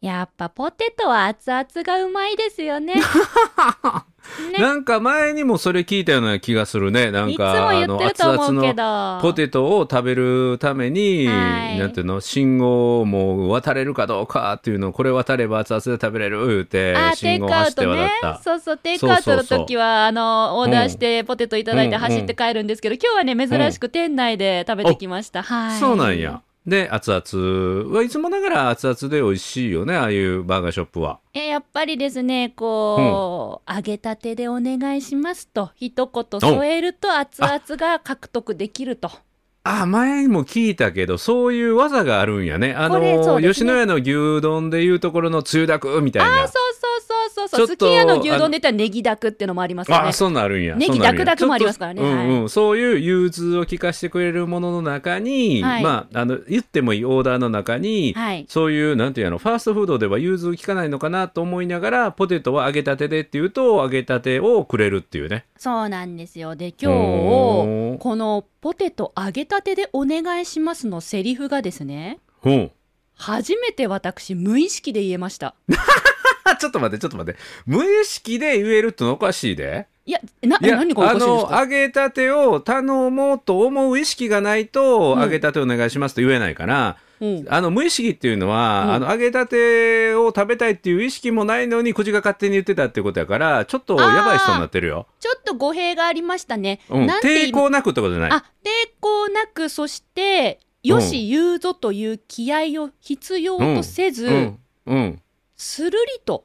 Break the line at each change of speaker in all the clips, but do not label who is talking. やっぱポテトは熱々がうまいですよね。ね
なんか前にもそれ聞いたような気がするね。なん
いつも
か、
言ってると思うけど。
ポテトを食べるために、
はい
なんていうの、信号をもう渡れるかどうかっていうのを、これ渡れば熱々で食べれるって
あ、ー、テ
信
イ
号
クア
走
ウ
って
ト
渡っ
ね
た。。
そうそう、テイクアウトの
そうそう
時は、あの、オーダーしてポテトいただいて走って帰るんですけど、今日はね、珍しく店内で食べてきました。はい。
そうなんや。。で、熱々はいつもながら熱々で美味しいよね、ああいうバーガーショップは。
え、やっぱりですね、こう、揚げたてでお願いしますと、一言添えると熱々が獲得できると。
あ、前にも聞いたけど、そういう技があるんやね。あの、
これそうですね
吉野家の牛丼でいうところのつゆだくみたいな。
あ、そうそうそうそうそう。
ちょ
す
っと
き家の牛丼で言ったらネギダクってのもありますよ
あ
ね
あ、。そうなるんや。
ネギ
そうなるんや
ダクダクもありますからね
ちょっと
はい
うんうん。そういう融通を聞かせてくれるものの中に、
はい
まあ、あの、言ってもいいオーダーの中に、
はい
そういう、なんていうの、ファーストフードでは融通聞かないのかなと思いながら、ポテトは揚げたてでっていうと、揚げたてをくれるっていうね。
そうなんですよ。で、
お
今
ー
日、このポテト揚げたてでお願いしますのセリフがですね、
うん。
初めて私無意識で言えました。
あ、 ちょっと待って、ちょっと待って。無意識で言えるってのおかしいで。
いや、な、
いや、
何がおかしいんです
あの、
か
揚げたてを頼もうと思う意識がないと、
うん
揚げたてお願いしますと言えないから、
うん
あの、無意識っていうのは、
うん
あの、揚げたてを食べたいっていう意識もないのに、口が勝手に言ってたってことやから、ちょっとやばい人になってるよ。
ちょっと語弊がありましたね。
うん。
なんて言
抵
い
抗なくってことじゃない。
あ、抵抗なく、そして、よし言うぞという気合を必要とせず、
うん。うん。
するりと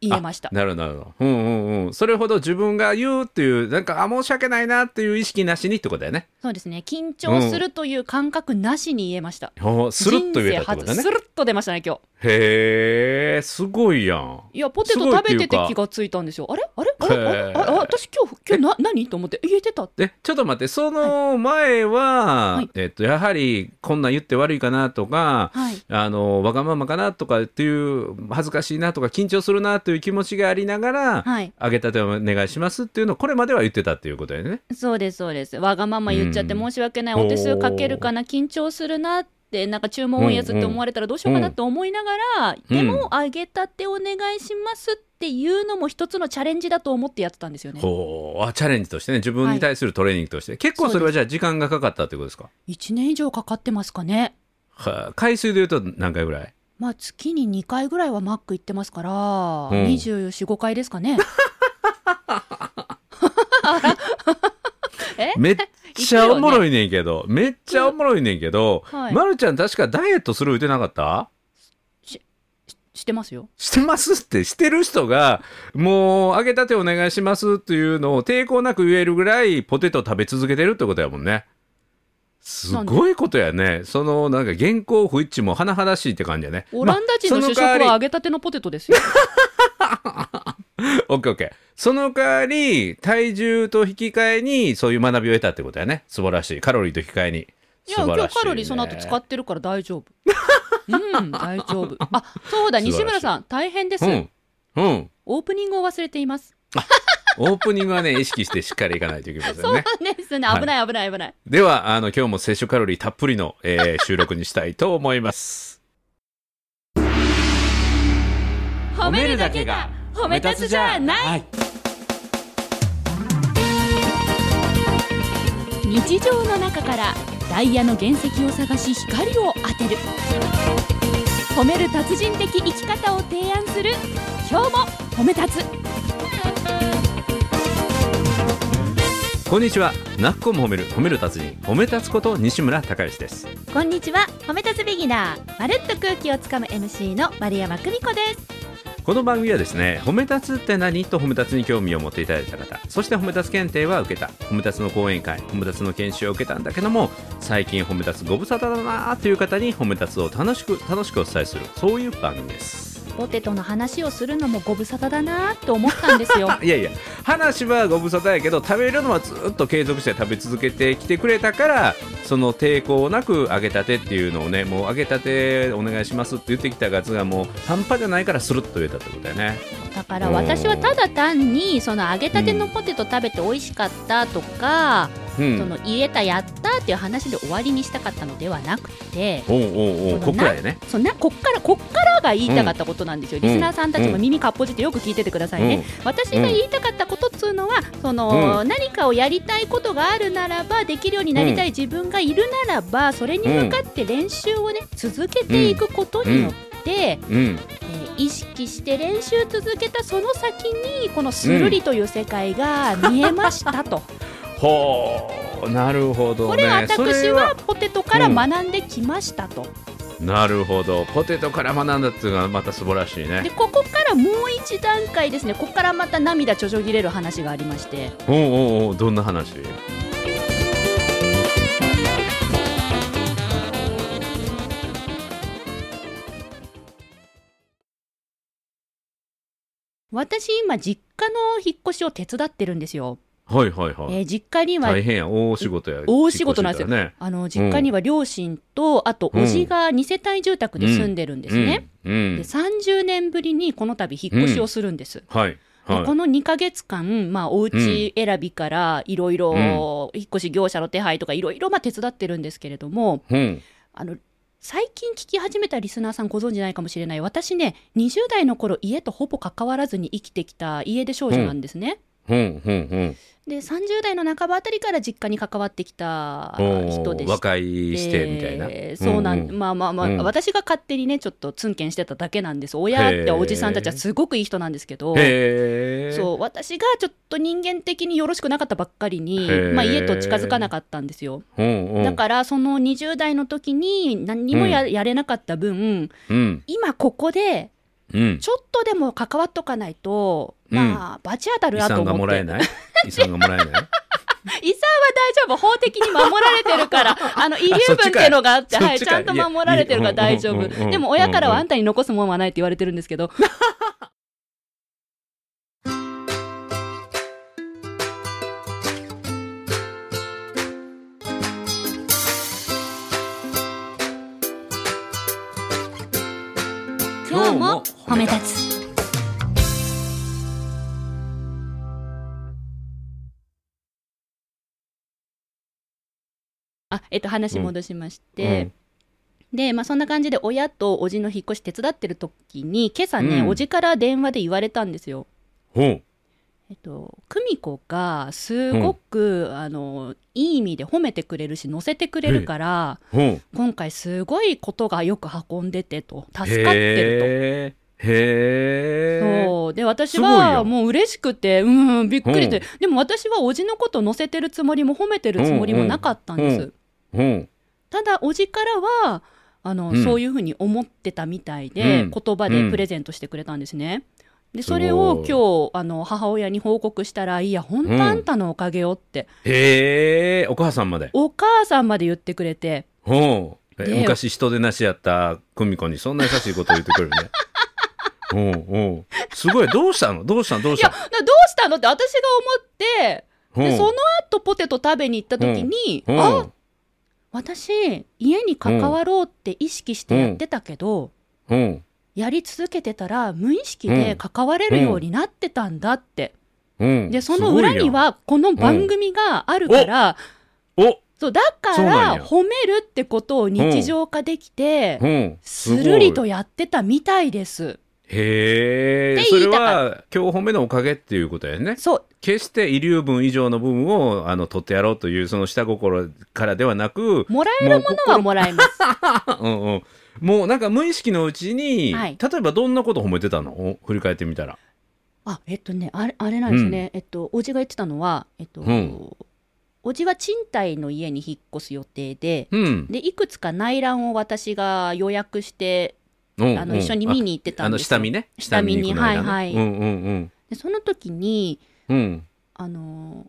言えました
あ。なるほど、なるほど。うんうんうん。それほど自分が言うっていう、なんか、あ、申し訳ないなっていう意識なしにってことだよね。
そうですね。緊張するという感覚なしに言えました。
ほうスルッと言えたってこと
人生
だ
初
ね
ス。ルッと出ましたね、今日。
へえ、すごいやん。
いや、ポテト
すごいって
食
い
べて
う
て
か
気がついたんですよ。あれあれあれあ
へ
れ
ー
あれ私今日、今日な、何と思って、言えてた
で、ちょっと待って、その前は、
はい
えっと、やはり、こんなん言って悪いかなとか、
はい。
あの、わがままかなとかっていう、恥ずかしいなとか、緊張するなという気持ちがありながら、
はい。
揚げたてお願いしますっていうのを、これまでは言ってたっていうことだよね。
そうです、そうです。わがまま言っちゃって
うん
申し訳ない。
おー
お手数かけるかな、緊張するなって、なんか注文多いやつって思われたらどうしようかなと思いながら、
うん
でも、揚げたてお願いしますっていうのも一つのチャレンジだと思ってやってたんですよね。
ほう、あ、チャレンジとしてね、自分に対するトレーニングとして。結構それはじゃあ時間がかかったってことですか
1年以上かかってますかね。
はあ回数で言うと何回ぐらい
まあ、月に2回ぐらいはマック行ってますから、
ん
24、5回ですかね。 え
めっちゃおもろいねんけど、めっちゃおもろいねんけど、
はい
まるちゃん確かダイエットする言ってなかった
してますよ。
してますって、してる人が、もう、揚げたてお願いしますっていうのを抵抗なく言えるぐらい、ポテト食べ続けてるってことやもんね。すごいことやね。その、なんか、現行不一致も甚だしいって感じやね。
オランダ人の主食は
まあ
揚げたてのポテトですよ。
その代わり、オッケーオッケー。その代わり、体重と引き換えに、そういう学びを得たってことやね。素晴らしい。カロリーと引き換えに。
いや、
素晴
今
ら
日
し
カロリーその後使
っ
ってるから大 丈夫。うん、大丈夫。あ、そうだ、
素晴らしい
西村さん、大変です、
うん。うん。
オープニングを忘れてい ます。
オープニングはね、意識してしっかりいかないといけません
そうな
ね
ん。ですね。
はい
危ない、危ない、危ない。
では、あの、今日も摂取カロリーたっぷりの、えー 収録にしたいと思います。
褒めるだけが褒め立つじゃない
い。
日常の中からダイヤの原石を探し光を当てる褒める達人的生き方を提案する今日も褒め立つ
こんにちは。なっこも褒める、褒める達人、褒め立つこと西村孝之です。
こんにちは褒め立つビギナーまるっと空気をつかむ MC の丸山久美子です
この番組はですね、褒め立つって何と褒め立つに興味を持っていただいた方、そして褒め立つ検定は受けた、褒め立つの講演会、褒め立つの研修を受けたんだけども、最近褒め立つご無沙汰だなーという方に褒め立つを楽しく楽しくお伝えする、そういう番組です。
ポテトの話をするのもご無沙汰だなと思ったんです よ
いやいや話はご無沙汰やけど食べるのはずっと継続して食べ続けてきてくれたからその抵抗なく揚げたてっていうのをねもう揚げたてお願いしますって言ってきたやつがもう半端じゃないからスルッと言えたってことだよね
だから私はただ単にその揚げたてのポテト食べて美味しかったとか、
うん
その言えたやったっていう話で終わりにしたかったのではなくて
おうおうおう
そのな
こっからやね、
そうなこっからこっからが言いたかったことなんですよ、
うん
リスナーさんたちも耳かっぽじってよく聞いててくださいね、私が言いたかったことっつうのはその、何かをやりたいことがあるならばできるようになりたい自分がいるならばそれに向かって練習をね続けていくことによって、
うんうん
えー意識して練習続けたその先にこのスルリという世界が見えましたと、
ほうなるほどね
これ
そ
私
れ
はポテトから学んできましたと、
なるほどポテトから学んだっていうのがまた素晴らしい
で
ね
ここからもう一段階ですねここからまた涙ちょちょぎれる話がありまして
おうおうおうどんな話
私今実家の引っ越しを手伝ってるんですよ、
はいはいはい、
えー実家には
大変や大仕事や
大仕事なんですよ
引っ越しだからね
あの実家には両親とあと
うん
叔父が2世帯住宅で住んでるんですね、
うん、うん
で30年ぶりにこの度引っ越しをするんです、
はい
でこ
は
の2ヶ月間、まあ、お家選びからいろいろ引っ越し業者の手配とかいろいろまあ手伝ってるんですけれども
い、うん、
あの最近聞き始めたリスナーさんご存じないかもしれない私ね20代の頃家とほぼ関わらずに生きてきた家出少女なんですね、
うんうんうん
で30代の半ばあたりから実家に関わってきた
お
人でして
ー和解してみたいな、
そうなん、
うんうん
まあまあまあ、
うん
私が勝手にねちょっとツンケンしてただけなんです親っておじさんたちはすごくいい人なんですけど
へえ
そう私がちょっと人間的によろしくなかったばっかりに
へー、
まあ、家と近づかなかったんですよ
うんうん
だからその20代の時に何もや,、
う
やれなかった分
うん
今ここで
うん
ちょっとでも関わっとかないと、まあ罰当たる
遺
なと
産が
思
も
っ
ら
て
えない遺産がもらえない
遺産は大丈夫法的に守られてる からあの遺留
そっ
分
ち
っ
か
ていうのがあって、
そっ
はい、
ち
ち
か
ゃんと守られてるから大丈夫
いいうんうんうんうん
でも親からはあんたに残すもんはないって言われてるんですけ ど今日も褒め立つあえっと話戻しまして、で、まあ、そんな感じで親とおじの引っ越し手伝ってる時に今朝ね、
うん
おじから電話で言われたんですよ。
うんほう
えっと、久美子がすごく、あのいい意味で褒めてくれるし乗せてくれるから
ほう
今回すごいことがよく運んでてと助かってる
へえへ
と。
え
そうで私
すごい
は
よ
もう嬉しくてうんびっくりして、
うん
でも私はおじのこと乗せてるつもりも褒めてるつもりもなかったんです、
うんうんうん
ただおじからはあの、
うん
そういうふうに思ってたみたいで、
うん
言葉でプレゼントしてくれたんですね。でそれ
すご
を
い
今日あの母親に報告したら「いや本
うん
当あんたのおかげよ」って、
へえお母さんまで
お母さんまで言ってくれて
ほうえ
で
昔人でなしやった久美子にそんな優しいこと言ってくる ねほうほうすごいどうしたのどうしたのど
「
う
い
し
や
た
だ
の
からどうしたの?」って私が思って
ほ
で
う
その後ポテト食べに行った時に「
ほう
あ私家に関わろうって意識してやってたけど、
ほう
やり続けてたら無意識で関われるようになってたんだ」って。
うん
で、その裏には、この番組があるから、
すごいやん
そう、だか
そうなんや
ら、褒めるってことを日常化できて
お、うん
するりとやってたみたいです。
へえ
って
そ
言い
れ
たか
は今日褒めのおかげっていうことやね
そう、
決して遺留分以上の部分をあの取ってやろうというその下心からではなく
もらえるものはもらえます。
うんうん、もうなんか無意識のうちに、
はい
例えばどんなこと褒めてたのお振り返ってみたら。
あ、えっとね、あれ、あれなんですね。えっと、おじが言ってたのは、えっと、
うん
おじは賃貸の家に引っ越す予定で、
うん、
で、いくつか内覧を私が予約して、
うん
あの、一緒に見に行ってた
あ
ん
の
ですよ。
下見ね
下見に
行くの間ね
はいはい
うんうん
でその時に、
うんうん
あの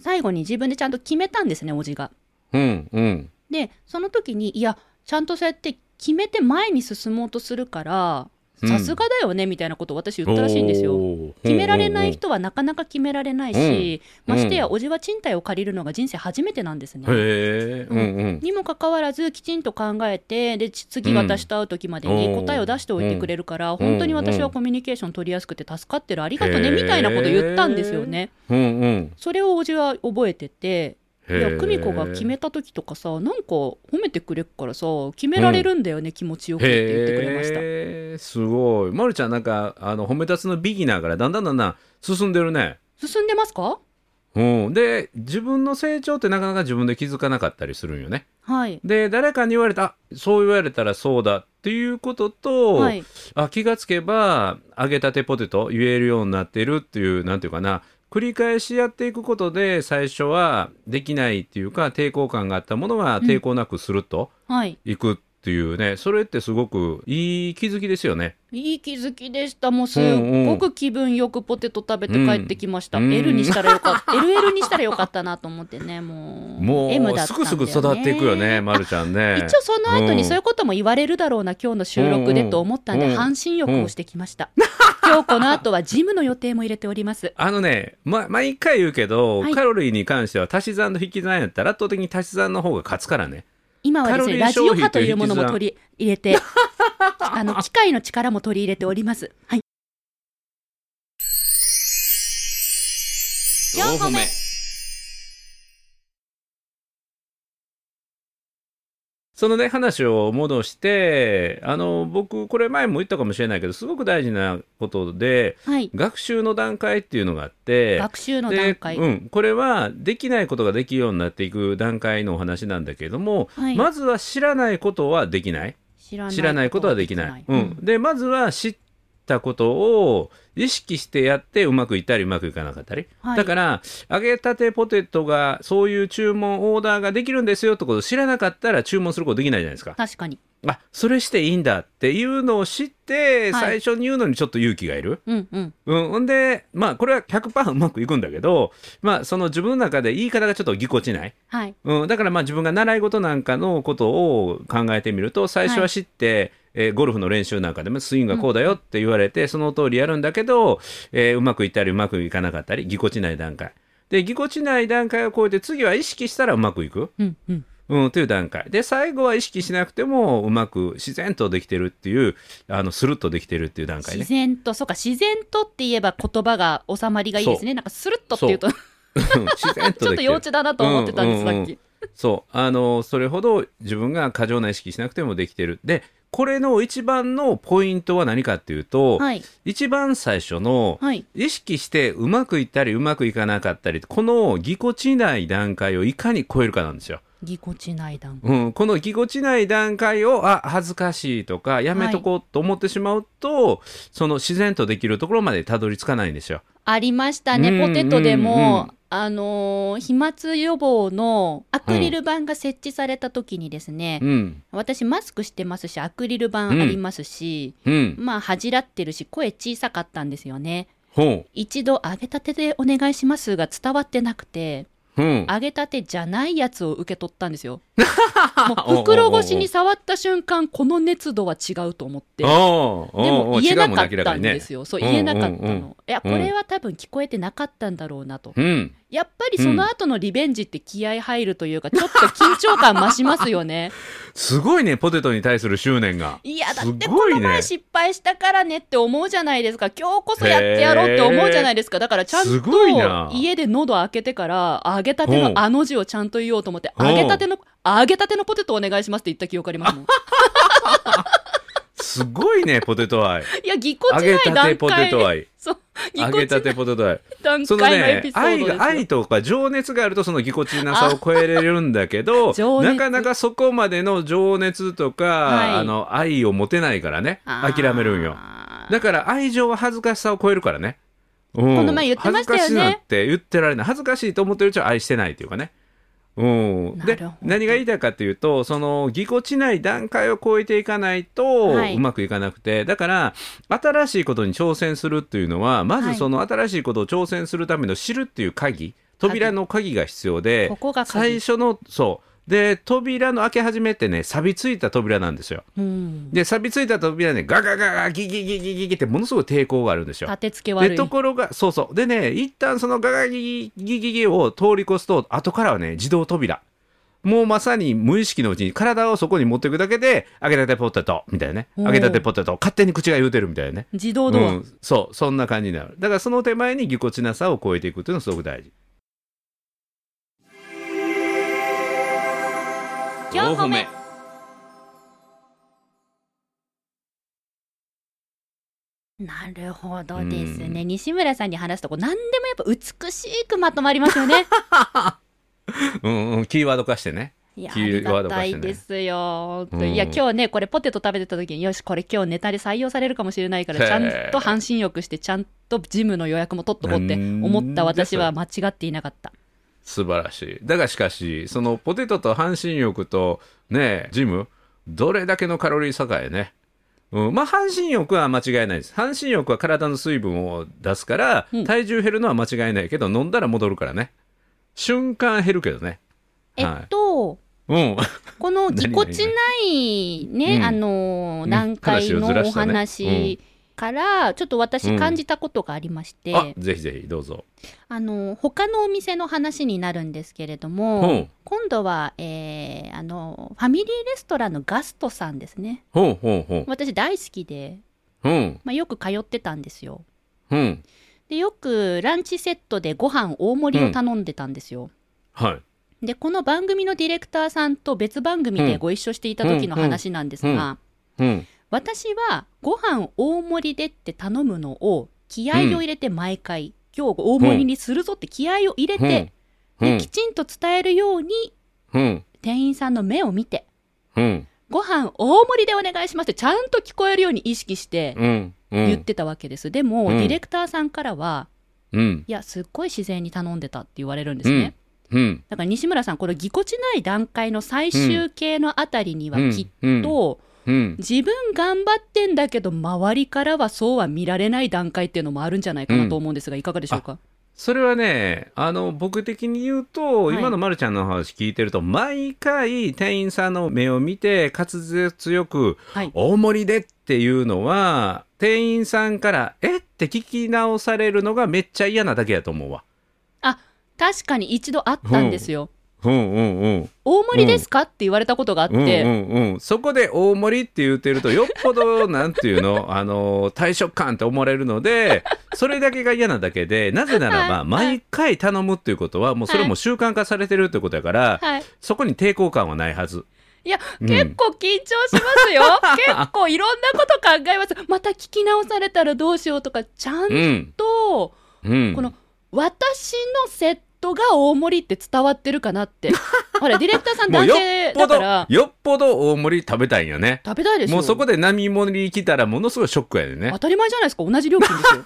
ー最後に自分でちゃんと決めたんですね、おじが。
うんうん
で、その時に、いや、ちゃんとそうやって決めて前に進もうとするから、
うん
さすがだよねみたいなことを私言ったらしいんですよ。
よ
決められない人はなかなか決められないし、
うん
ましてや、おじは賃貸を借りるのが人生初めてなんですね。
へえうんうん
にもかかわらずきちんと考えてでち次私と会う時までに
うん
答えを出しておいてくれるから、本当に私はコミュニケーション取りやすくて助かってるありがとね
へー
みたいなこと言ったんですよね。
うんうん
それをおじは覚えてて。い
い
や久美子が決めた時とかさなんか褒めてくれっからさ決められるんだよね、気持ちよくって言ってくれました
へえすごいまるちゃんなんかあの褒め立つのビギナーからだんだんだんだん進んでるね
進んでますか
うん、で自分の成長ってなかなか自分で気づかなかったりするんよね。
はい
で誰かに言われたあそう言われたらそうだっていうことと、
はい
あ気がつけば揚げたてポテト言えるようになってるっていうなんていうかな繰り返しやっていくことで最初はできないっていうか抵抗感があったものは
うん
抵抗なくすると
はい
いくっていうね、それってすごくいい気づきですよね。
いい気づきでしたもうすっ
うんう
ご
ん
く気分よくポテト食べて帰ってきました、
うん
L にしたらよかった LL にしたらよかったなと思ってねもう
も
M
う
だった
す
んだ
ぐ
よね
すぐ育っていくよね、ま、るちゃん
あ
ね。
一応その後
う
に
ん
そういうことも言われるだろうな今日の収録
う
で
ん
と思ったんで
うん
半身浴をしてきました、今日この後はジムの予定も入れております
あのね、ま、毎回言うけど、
はい
カロリーに関しては足し算と引き算やったら圧倒的に足し算の方が勝つからね。
今はですね
カロリー
ラジオ
消費
波と
という
いうものも取り入れ てあの機械の力も取り入れておりますはい4個目
そのね、話を戻して、あの、僕、これ前も言ったかもしれないけど、すごく大事なことで、
はい
学習の段階っていうのがあって、
学習の段階、
でうん、これはできないことができるようになっていく段階のお話なんだけども、
はい
まずは知らないことはできない
知ら
知らないことはできない
うん
うん、でまずは知ったことを意識してやってうまくいったりうまくいかなかったり、
はい
だから揚げたてポテトがそういう注文オーダーができるんですよってことを知らなかったら注文することできないじゃないですか
確かに、
あそれしていいんだっていうのを知って
は
最
い
初に言うのにちょっと勇気がいる、
うんうん、
うん、ほんでまあこれは100%うまくいくんだけどまあその自分の中で言い方がちょっとぎこちない
はい、
うん、だからまあ自分が習い事なんかのことを考えてみると最初は知って、えーゴルフの練習なんかでもスイングがこうだよって言われて、その通りやるんだけど、えーうまくいったりうまくいかなかったりぎこちない段階でぎこちない段階を超えて次は意識したらうまくいく、
うんうん、
うん、という段階で最後は意識しなくてもうまく自然とできてるっていうあのスルッとできてるっていう段階
自
ね。
然と、そうか、自然とって言えば言葉が収まりがいいですね、なんかスルッとっていうと、 ち
うん自然と
ょっと
できて
幼
る
稚だなと思ってたんです、
うんうんうん
さっき。
そうあのそれほど自分が過剰な意識しなくてもできてるでこれの一番のポイントは何かっていうと、
はい、
一番最初の
はい、
意識してうまくいったりうまくいかなかったりこのぎこちない段階をいかに超えるかなんですよ。
ぎこちない段階。
うん、このぎこちない段階をあ恥ずかしいとかやめとこうと思ってしまうと、その自然とできるところまでたどり着かないんですよ。
ありましたね、
うん
ポテトで
うんう
も
ん。
あのー飛沫予防のアクリル板が設置された時にですね、
うん、
私マスクしてますしアクリル板ありますし、
うん、
まあ恥じらってるし声小さかったんですよね
ほ
一度揚げたてでお願いしますが伝わってなくて
う、うん、
揚げたてじゃないやつを受け取ったん ですよ
おうおうお
もう
う
袋越しに触った瞬間この熱度は違うと思って
おうおう
で
お
も
う
言えな
違うも
かっ
明ら
た
に
ん
ね
ですよそう言えなかったの、
うんうんうん
いやこれは多分聞こえてなかったんだろうなと、
うん、
やっぱりその後のリベンジって気合入るというかちょっと緊張感増しますよね
すごいね、ポテトに対する執念が。
いやだ
す
ってこ
ごい
の
ね
前失敗したからねって思うじゃないですか今日こそやってやろうって思うじゃないですかだからちゃん
す
と
ごいな
家で喉開けてから揚げたて
うん
のあの字をちゃんと言おうと思って
うん
揚げたての揚げたてのポテトお願いしますって言った記憶あり ますもん
すごいね、ポテ ト愛。
いやぎこち
揚
な
げ
い段
た
階
てポテト愛。
そうぎ
揚
こ
げ
ちな
た
い
てポテ ト愛。
段
その
階のエ
ね
ピ、ソー
愛
ドですよ、
が、愛とか情熱があると、そのぎこちなさを超えれるんだけど
情熱
なかなかそこまでの情熱とか、
はい
あの、愛を持てないからね、
あー
諦めるんよ。だから愛情は恥ずかしさを超えるからね。こ
この前言ってましたよね
恥ずかしいなんて言ってられない。恥ずかしいと思ってるうちは愛してないというかね。うん、
な
で
るほど
何が言いたいかというとそのぎこちない段階を超えていかないと
はいう
まくいかなくて、だから新しいことに挑戦するっていうのはま
は
ず
い
その新しいことを挑戦するための知るっていう鍵扉の鍵が必要で
ここが鍵
最初のそうで扉の開け始めってね錆びついた扉なんですよ
うん、
で錆びついた扉ねガガガガギギギギギギってものすごい抵抗があるんですよ
立て付け悪
で
い
ところがそうそうでね一旦そのガガギギギギギを通り越すと後からはね自動扉もうまさに無意識のうちに体をそこに持っていくだけで揚げたてポテトみたいなね
おー
揚げたてポテト勝手に口が言うてるみたいなね
自動ドア、
うん、そうそんな感じになるだからその手前にぎこちなさを超えていくというのはすごく大事
4歩目なるほどですね、西村さんに話すとこう何でもやっぱ美しくまとまりますよね
うんうんキーワード化してね
いやあ
キー
り
ワー
が
ド
た
化してね
いですよ、本当
うん
にいや今日ねこれポテト食べてた時によしこれ今日ネタで採用されるかもしれないから
へー
ちゃんと半身浴してちゃんとジムの予約も取っとこうって思った私は間違っていなかった
素晴らしいだがしかしそのポテトと半身浴とねジムどれだけのカロリー差かやね、うん、まあ半身浴は間違いないです半身浴は体の水分を出すから、
うん
体重減るのは間違いないけど飲んだら戻るからね瞬間減るけどね
えっと、
うん
この
何
ぎこちないね、
うん
あの
う
ー
ん
段階の
話をずら
お
したね
話からちょっと私
うん
感じたことがありまして、
あぜひぜひどうぞ
あのー他のお店の話になるんですけれど
ほ
も
う
今度は、えーあのーファミリーレストランのガストさんですね
ほうほうほう
私大好きで、
うん
まあ、よく通ってたんですよ
うん
でよくランチセットでご飯大盛りを頼んでたんですよ、
はい
でこの番組のディレクターさんと別番組でご一緒していた時の話なんですが、
うんうんうんうん
私はご飯大盛りでって頼むのを気合を入れて毎回、今日大盛りにするぞって気合を入れ
うん
て、
う
で
ん
きちんと伝えるように
うん
店員さんの目を見て
うん
ご飯大盛りでお願いしますってちゃんと聞こえるように意識して
うんうん
言ってたわけです、でも、
うん
ディレクターさんからは
うん
いやすっごい自然に頼んでたって言われるんで
う
すね、
んうん
だから西村さんこのぎこちない段階の最終形のあたりには
うん
きっ
うん
と、
うん
自分頑張ってんだけど周りからはそうは見られない段階っていうのもあるんじゃないかなと思うんですが、いかがでしょうか
それはね、あの、僕的に言うと、
はい
今のまるちゃんの話聞いてると、毎回店員さんの目を見て、滑舌よく、
はい
大盛りでっていうのは、店員さんから、えって聞き直されるのがめっちゃ嫌なだけやと思うわ。
確かに一度あったんですよ、
うんうんうん。
大盛りですかって言われたことがあって、
うんうんうん。そこで大盛りって言ってると、よっぽど、なんていうの、 あの、退職感って思われるので、それだけが嫌なだけで、なぜならば、毎回頼むっていうことは、もうそれも習慣化されてるってことやから、
はい、
そこに抵抗感はないはず。
いや、
うん
結構緊張します よ結構いろんなこと考えますまた聞き直されたらどうしようとかちゃ
うんん。
と、
うん。
この私のセットが大盛りって伝わってるかなって ほらディレクターさん
もう
男
よっ
性
ぽ
だ
ど
から、
よっぽど大盛り食べたいんやね。
食べたいでしょ
もうそこで並盛り来たらものすごいショックやでね
当。たり前じゃないですか同じ料金です よ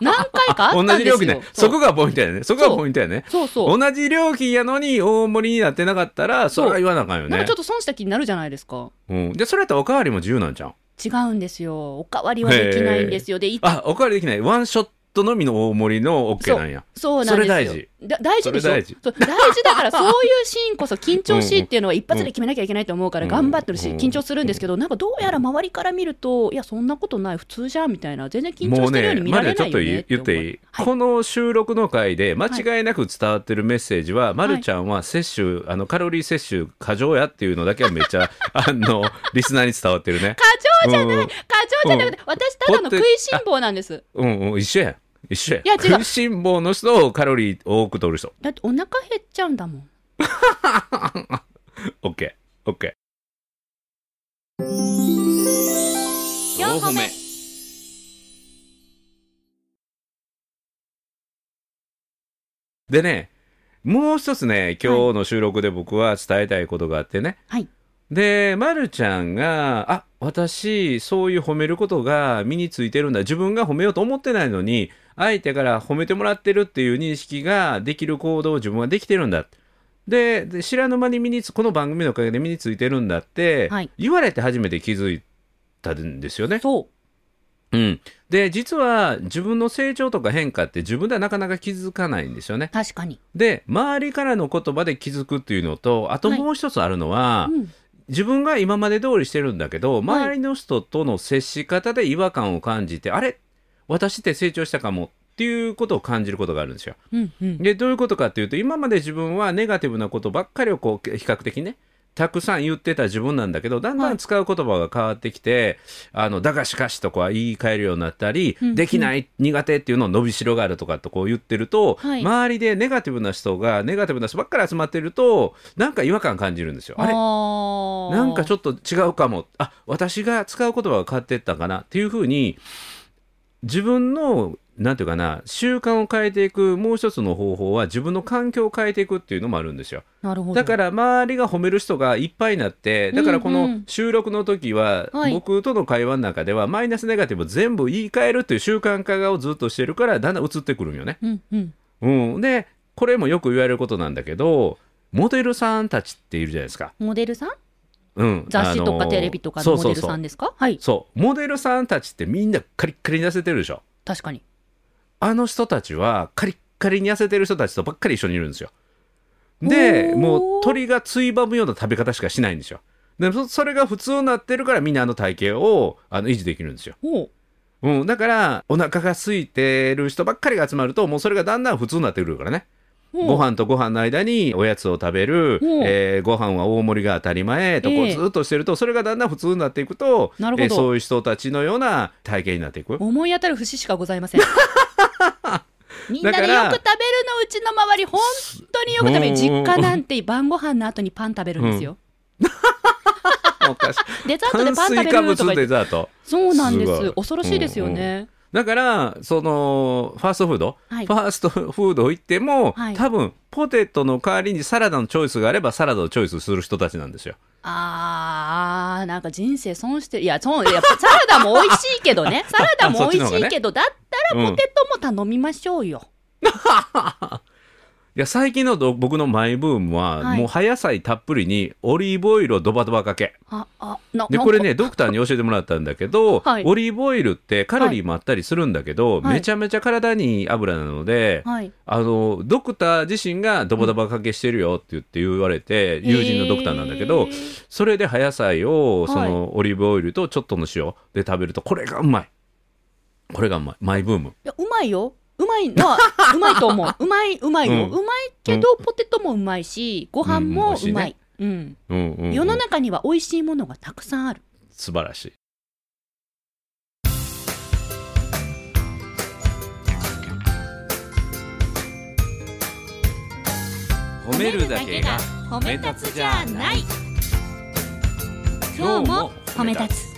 何回かあった
同
んですよ
じ料金ね。そこがポイントやね。そこがポイントやね。
そうそう
同じ料金やのに大盛りになってなかったら、それは言わなあかんよ
なんか
ね
ちょっ。と損した気になるじゃないですか
うん。で、それやったらおかわりも自由なんじゃん。
違うんですよおかわりはできないんですよでい
あ、おかわりできない。ワンショットのみの大盛りの OK なんや。
そうなんですよ
それ大事
だ大事でしょ
それ
大
大
事
事
大事だからそういうシーンこそ緊張しいっていうのは一発で決めなきゃいけないと思うから
うん
頑張ってるし
うん
緊張するんですけどなんかどうやら周りから見るといやそんなことない普通じゃんみたいな全然緊張
もう
してるよう
ね、
に見ら
マ
れ
リち
な
ょっ
い
と
よ
言
ね
い言っていい、
はい
この収録の回で間違いなく伝わってるメッセージは、まるちゃんは摂取あのカロリー摂取過剰やっていうのだけはめっ ちゃあのリスナーに伝わってるね
過剰じゃない
うん
過剰じゃなくて私ただの食いしん坊なんです
うんうん一緒や一緒や
いや違う
食いしん坊の人をカロリー多く取る人
だってお腹減っちゃうんだもん
OKOK
四歩目
でねもう一つね今日の収録で僕は伝えたいことがあってね、
はい
で、ま、るちゃんが「あ私そういう褒めることが身についてるんだ自分が褒めようと思ってないのに相手から褒めてもらってるっていう認識ができる行動を自分はできてるんだ」でで知らぬ間に身につこの番組のおかげで身についてるんだって、
はい
言われて初めて気づいたんですよね。
そう
うん、で実は自分の成長とか変化って自分ではなかなか気づかないんですよね。
確かに、
で周りからの言葉で気づくっていうのとあともう一つあるのは、
うん、
自分が今まで通りしてるんだけど周りの人との接し方で違和感を感じて、あれ私って成長したかもっていうことを感じることがあるんですよ。
うんうん
でどういうことかっていうと今まで自分はネガティブなことばっかりをこう比較的ねたくさん言ってた自分なんだけどだんだ
は
ん
い
使う言葉が変わってきて「あのだがしかし」とか言い換えるようになったり「
うんうん
できない苦手」っていうのを伸びしろがあるとかとこう言ってると、
はい
周りでネガティブな人がネガティブな人ばっかり集まってるとなんか違和感感じるんですよ。あれ
な
な
ん
かちょっと違うかもあ私が使う言葉が変わってったかなっていうふうに自分のなんていうかな習慣を変えていくもう一つの方法は自分の環境を変えていくっていうのもあるんですよ
なるほど
だから周りが褒める人がいっぱいになってだからこ
うんう
の
ん
収録の時は
はい
僕との会話の中ではマイナスネガティブを全部言い換えるっていう習慣化をずっとしてるからだんだん移ってくるんよね。
うんうん
うん、でこれもよく言われることなんだけどモデルさんたちっているじゃないですか。
モデルさん
うん、
雑誌と
あ
か
ー
テレビとかのモデル
そうそう
さ
そうん
ですかはい
そうモデルさんたちってみんなカリッカリに痩せてるでしょ
確かに
あの人たちはカリッカリに痩せてる人たちとばっかり一緒にいるんですよで
おー
もう鳥がついばむような食べ方しかしないんですよでそそれが普通になってるからみんなあの体型をあの維持できるんですよ、
おう
うん、だからお腹が空いてる人ばっかりが集まるともうそれがだんだん普通になってくるからね
おう
ご飯とご飯の間におやつを食べる
おう、
えーご飯は大盛りが当たり前とこ
え
う
え
ずっとしてると、それがだんだん普通になっていくと、
なるほど
えーそういう人たちのような体型になってい く。
思い当たる節しかございま せんみんなで
だ
よ
から
く食べるのうちの周り本当によく食べる
うん
実家なんて晩ご飯の後にパン食べるんですよ、
おかしい
デザートで
炭
パン食べ
水
る
化物
とか言
デ
って
ザート。
そうなんですす
ごい
恐ろしいですよね、
だから、その、ファーストフード、
はい
ファーストフード行っても、
はい
多分、ポテトの代わりにサラダのチョイスがあれば、サラダをチョイスする人たちなんですよ。
あーなんか人生損してるいやそうやっぱサラダも美味しいけど ねサラダも美味しいけど、だったらポテトも頼みましょうよ、
いや、最近のど僕のマイブームは、
はい
もう、葉野菜たっぷりに、オリーブオイルをドバドバかけ。
ああな
で
なんか
これねドクターに教えてもらったんだけど、
はい
オリーブオイルってカロリーもあったりするんだけど、
はい
めちゃめちゃ体にいい油なので、
はい
あのドクター自身がドバドバかけしてるよって言って言われて、友人のドクターなんだけど、
へー
それで葉野菜をそ
はい
のオリーブオイルとちょっとの塩で食べるとこれがうまいこれがうまいマイブーム
いやうまいようまいの はうまいと思ううまいうまいよ、
うん
うまいけど、ポテトもうまいしご飯
うん美
も
味しいうね
まい,、うん
うんうんうん
世の中には美味しいものがたくさんある
素晴らしい褒
褒
め立つじゃない今日も褒め立
つ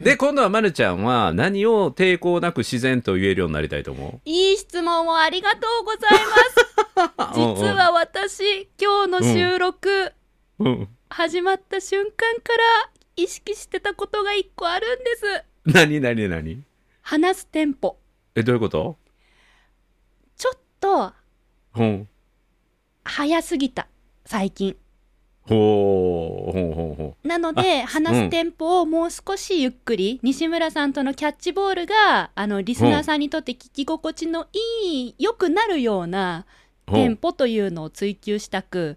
で今度はまるちゃんは何を抵抗なく自然と言えるようになりたいと思
いい質問をありがとうござい ます実は私今日の収録、
う、うん、
始まった瞬間から意識してたことが一個あるんです
何何何
話すテンポ
えどういうこと、
ちょっと
うん、
早すぎた最近
ほうほうほうほ
なので話すテンポをもう少しゆっくり、西村さんとのキャッチボールがあのリスナーさんにとって聞き心地のいい良くなるような
うほ
テ
う
ンポというのを追求したく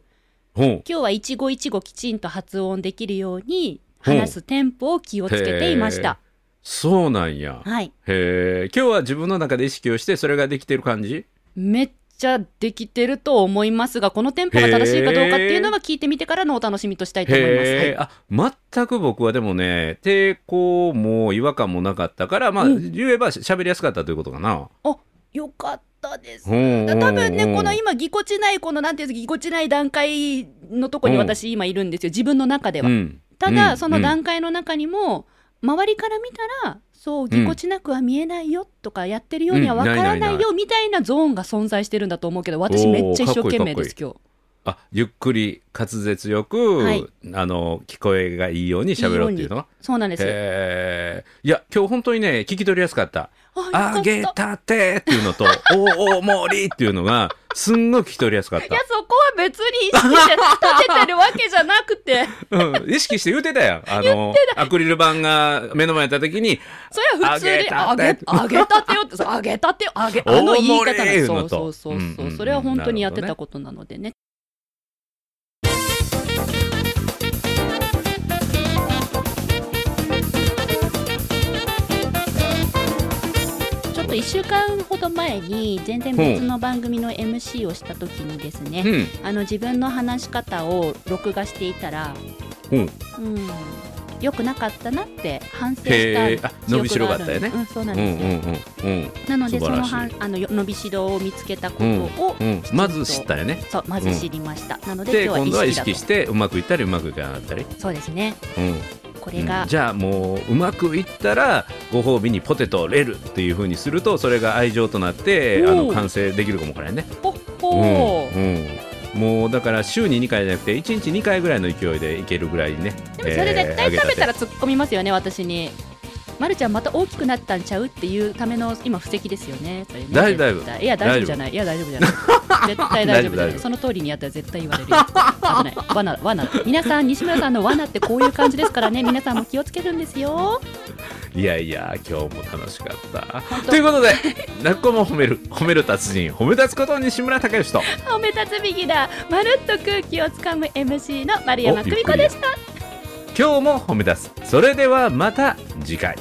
ほう
今日は一期一会きちんと発音できるように
ほう
話すテンポを気をつけていました。
そうなんや
はい、
へえ今日は自分の中で意識をしてそれができてる感じ
めっちゃできてると思いますがこのテンポが正しいかどうかっていうのは聞いてみてからのお楽しみとしたいと思います。はい
へえ、あ全く僕はでもね抵抗も違和感もなかったからまあ、
うん
言えば喋りやすかったということかな。
よかったです
うん
多分
う
ね、
ん
この今、ぎこちない、このなんていうんですか、ぎこちない段階のとこに私、今いるんですよ、自分の中で
う
は。
ん
た
う
だ、
ん
その段階の中にも、周りから見たら、そう、ぎこちなくは見えないよとか、やってるようにはわから
うんな
ない
な
い
いな
よみたいなゾーンが存在してるんだと思うけど、私、
おー
めっちゃ一生懸
かっこい
命
いかっこい
で
い
す、今日。
あゆっくり滑舌よく、
はい
あの聞こえがいいように喋ろうっていうの
にそうなんですよ
へーいや今日本当にね聞き取りやすかった「
あ
あ
よ
げ
かった
たて」っていうのと 「おおもり」っていうのがすんごい聞き取りやすかっ
いや
た、
そこは別に意識して立ててるわけじゃなくて
うん、意識して言うてたやんあのアクリル板が目の前にあった時に
それは普通で
あ
あ
げ
げ
た
あげたてよってそうあげたてよあげあの言い方
大盛り言う
そ
の
う
と
そうそう
うんう
そ
んう
うんそれは本当にやってたことなのでねちょっと1週間ほど前に全然別の番組の MC をした時にです
「う
ね
ん
あの自分の話し方を録画していたら
うん
うん良くなかったなって反省した
へーあ伸びしろがあったよね
記憶があるんですうん、そうな
う
ですよ、
んんうんうんうん
なので
素
そ
晴ら
の
しい
はあのよ伸びしろを見つけたことを、
うん
きちんと
まず知ったよね
そうまず知りました、なので
で
今
今
日
度
は
は
意
意
識
識
だ
し
と
てうまくいったりうまくいかなかったり、
そうですね
うん
これが、
うんじゃあもううまくいったらご褒美にポテトをレルっていう風にするとそれが愛情となって
おー
あの完成できるかもわからんね、
ほっ
う
ほー、
んうん、もうだから週に2回じゃなくて1日2回ぐらいの勢いでいけるぐらいにね
でもそれ絶対食べた
ら
ら突っ込みますよね私に。まるちゃんまた大きくなったんちゃうっていうための今布石ですよね。それね
大丈夫
絶対いや大丈夫じゃない。いや大丈夫 じゃない。絶対大丈夫じゃ
大
な
丈夫
い。その通りにやったら絶対言われるよ。危ない。罠罠。皆さん西村さんの罠ってこういう感じですからね。皆さんも気をつけるんですよ。
いやいや今日も楽しかった
当
ということで「なっこも褒める褒める達人褒め立つこと西村孝之と
お目立つビギナーまるっと空気をつかむ MC の丸山久美子でした
今日も褒め立つそれではまた次回